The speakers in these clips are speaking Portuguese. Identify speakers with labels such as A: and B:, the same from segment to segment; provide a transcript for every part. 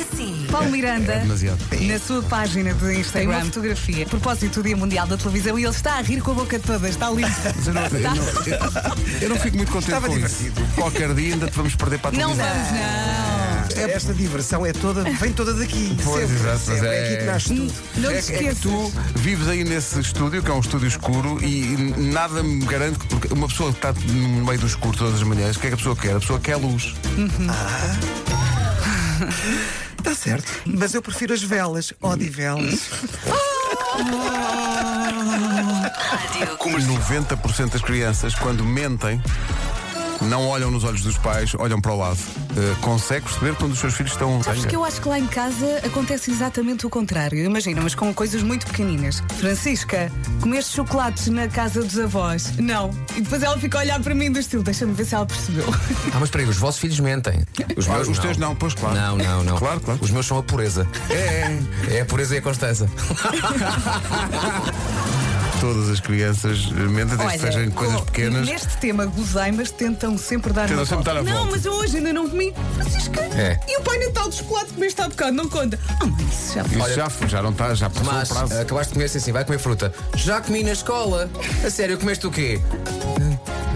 A: assim.
B: Paulo Miranda,
C: é demasiado.
B: na sua página do Instagram,
A: Tem uma
B: fotografia, a propósito do Dia Mundial da Televisão, e ele está a rir com a boca toda, está lindo.
C: Mas eu não, eu não- eu- eu não fico muito contente
D: Estava
C: com isso. Qualquer dia ainda te vamos perder para a
B: Não
C: televisão.
B: vamos, não.
D: Esta diversão é toda, vem toda daqui.
C: Pois,
D: sempre,
C: exato, mas
D: sempre.
C: é-
D: é aqui que nasce tudo.
B: Não te
C: É, que- é que
B: esqueças.
C: tu vives aí nesse estúdio, que é um estúdio escuro, e nada me garante que porque uma pessoa que está no meio do escuro todas as manhãs, o que é que a pessoa quer? A pessoa quer luz.
D: Está certo. Mas eu prefiro as velas, odivelas.
C: 90% das crianças, quando mentem, não olham nos olhos dos pais, olham para o lado. Eh, consegue perceber quando os seus filhos estão.
B: Sabes que eu acho que lá em casa acontece exatamente o contrário. Imagina, mas com coisas muito pequeninas. Francisca, comeste chocolates na casa dos avós? Não. E depois ela fica a olhar para mim do estilo, deixa-me ver se ela percebeu.
E: Ah, mas peraí, os vossos filhos mentem. Os
C: Ah, os teus não, pois claro.
E: Não, não, não.
C: Claro, claro.
E: Os meus são a pureza.
C: É,
E: É a pureza e a constância.
C: todas as crianças eh, mentem, desde que sejam coisas
B: com-
C: pequenas.
B: oh, Neste tema, gozei, mas tentam sempre dar
C: Tentam
B: uma
C: sempre
B: volta.
C: dar a
B: Não,
C: volta.
B: mas eu hoje ainda não comi. Francisca,
E: É.
B: e o Pai Natal de chocolate que comeste há bocado? Não conta. Ah, mãe, isso já foi.
C: Isso
E: Olha,
C: já, foi, já não está, já passou
E: Mas
C: o prazo.
E: acabaste de comer assim, vai comer fruta. Já comi na escola. A sério, comeste o quê?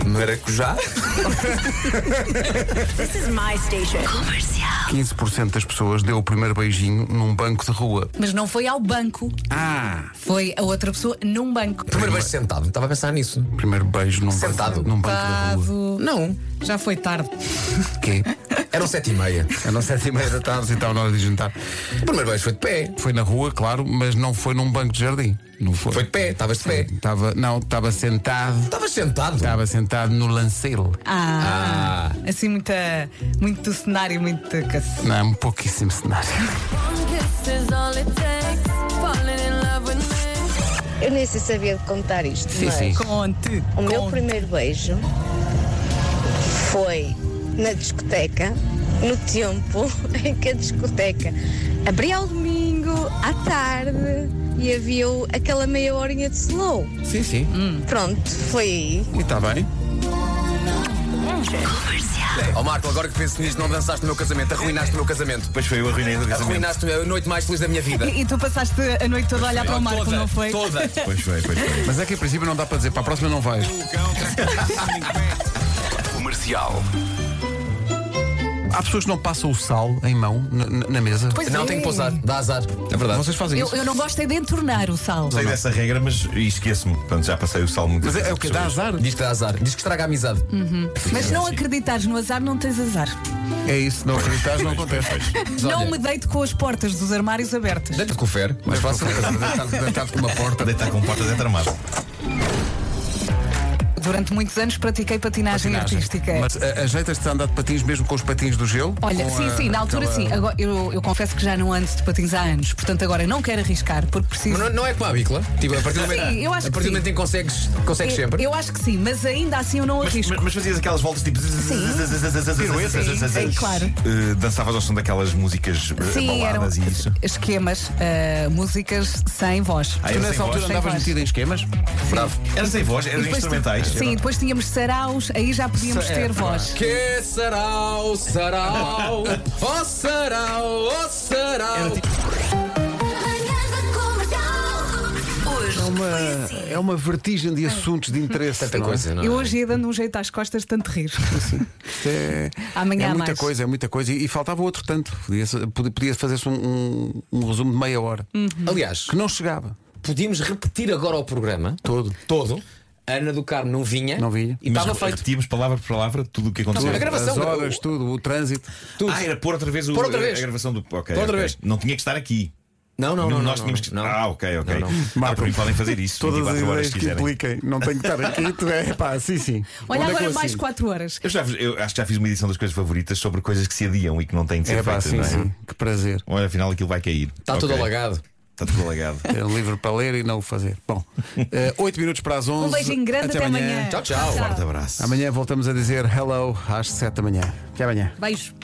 E: Maracujá?
A: This is my station. Comercial.
C: 15% das pessoas deu o primeiro beijinho num banco de rua.
B: Mas não foi ao banco.
C: Ah!
B: Foi a outra pessoa num banco.
E: Primeiro beijo sentado. Estava a pensar nisso.
C: Primeiro beijo num
E: Sentado.
C: banco, num banco de rua.
B: Pavo.
E: Não.
B: Já foi tarde.
E: Quê? Eram sete e meia.
C: Eram É sete e meia da tarde e estava na hora de jantar.
E: O primeiro beijo foi de pé.
C: tá. Foi na rua, claro, mas não foi num banco de jardim. Não foi.
E: Foi de pé, estavas de pé.
C: Estava, não, estava sentado.
E: Estavas sentado.
C: Estava sentado no lanceiro.
B: Ah, assim muita, muito do cenário, muito cace-
C: Não, um pouquíssimo cenário.
F: Eu nem sei sabia de contar isto, mas
B: Conte,
F: o meu
B: conte.
F: primeiro beijo foi na discoteca, no tempo em que a discoteca abria ao domingo, à tarde, e havia o- aquela meia horinha de slow.
C: Sim, sim.
F: Pronto, foi aí.
C: E está bem.
E: Ó Marco, agora que penso nisto, não dançaste no meu casamento, arruinaste o meu casamento.
G: Depois foi eu arruinei o casamento.
E: Arruinaste a noite mais feliz da minha vida.
B: E, e tu passaste a noite toda a olhar para o Marco,
E: toda,
B: não foi?
E: Toda.
G: Pois foi, pois foi.
C: Mas é que em princípio não dá para dizer, para a próxima não vais.
G: Comercial.
C: Há pessoas que não passam o sal em mão na, na- na mesa.
B: Pois
E: Não,
B: é.
E: tem que pousar. Dá azar. É verdade.
C: Vocês fazem
B: Eu,
C: isso.
B: eu não gosto é de entornar o sal.
G: Sei dessa regra, mas esqueço-me. Portanto, já passei o salmo.
C: Mas é, é o que dá azar.
E: Diz que dá azar. Diz que estraga a amizade.
B: Mas se não acreditares no azar, não tens azar.
C: É isso, não acreditas, não acontece.
E: Mas
B: não
E: olha,
B: me deito com as portas dos armários abertas.
E: Deita-te com o fer. Mas fácil.
C: Deitado com uma porta.
G: Para deitar com portas é tramado.
B: Durante muitos anos pratiquei patinagem, artística.
C: Mas a- ajeitas-te a andar de patins mesmo com os patins do gelo?
B: Olha,
C: Com
B: sim,
C: a-
B: sim, na altura
C: aquela-
B: sim. Agora, eu, eu confesso que já não ando de patins há anos, portanto agora não quero arriscar, porque preciso.
E: Mas não, não é como a bicla. Tipo, a partir do momento,
B: Sim, eu acho
E: a
B: que
E: partir
B: sim.
E: do momento em é que consegues, consegues
B: eu,
E: sempre.
B: eu acho que sim, mas ainda assim eu não
G: Mas,
B: arrisco.
G: mas, mas fazias aquelas voltas tipo.
B: Sim, claro.
G: Eh, Dançavas ao som daquelas músicas eh,
B: Sim, eram
G: baladas e isso.
B: esquemas, ah, músicas sem voz.
G: Ah,
C: Tu
G: era
C: nessa
G: sem
C: altura
G: voz?
C: andavas
B: Sem voz.
C: metida em esquemas?
E: Bravo.
G: Era sem voz,
B: E
G: eram
B: depois-
G: instrumentais.
B: Sim, depois tínhamos saraus, aí já podíamos
C: Sa- é,
B: ter voz.
E: Que sarau, sarau, oh sarau, oh sarau.
A: Hoje foi assim.
C: É uma vertigem de assuntos de interesse.
E: Tanta
C: não é?
E: coisa, não é?
B: Eu hoje ia dando um jeito às costas de tanto rir.
C: Isto é,
B: Amanhã
C: é
B: há
C: muita
B: mais.
C: coisa, é muita coisa. E, e faltava outro tanto. Podia-se podia podia fazer-se um, um- um resumo de meia hora.
B: Hum.
E: Aliás,
C: Que não chegava.
E: podíamos repetir agora o programa.
C: Todo.
E: Todo. A Ana do Carmo não vinha.
C: Não vinha.
E: E
G: Mas
E: estava
G: re-
E: feito.
G: Repetíamos palavra por palavra tudo o que aconteceu.
E: Não, a gravação,
C: As horas,
E: o-
C: tudo, o trânsito.
E: Tudo.
G: Ah, era pôr outra vez, o-
E: Pôr outra vez.
G: a gravação do. Ok.
E: Pôr outra
G: ok.
E: vez.
G: Não tinha que estar aqui.
E: Não, não, não.
G: nós
E: não,
G: tínhamos
E: não,
G: que.
E: não.
G: Ah, ok, ok.
E: Não, não.
G: Ah, por mim podem fazer isso.
C: Todas as
G: 24 horas
C: ideias
G: se
C: que
G: quiserem.
C: impliquem. Não tenho que estar aqui. Tu é, pá, sim, sim.
B: Olha,
C: Onde é que
B: agora
C: eu
B: mais
C: assino?
B: 4 horas. Um
G: Eu, já, fiz- eu acho que já fiz uma edição das coisas favoritas sobre coisas que se adiam e que não têm de ser
C: É pá,
G: feitas,
C: sim,
G: não é?
C: sim. Que prazer.
G: Olha, afinal aquilo vai cair.
E: Está Tá tudo alagado.
G: Está tudo alagado.
C: Ter um livro para ler e não o fazer. Bom, 8 minutos para as 11.
B: Um beijinho grande, até, amanhã.
E: Tchau, tchau.
G: Forte abraço.
C: Amanhã voltamos a dizer hello às 7 da manhã. Até amanhã.
B: Beijo.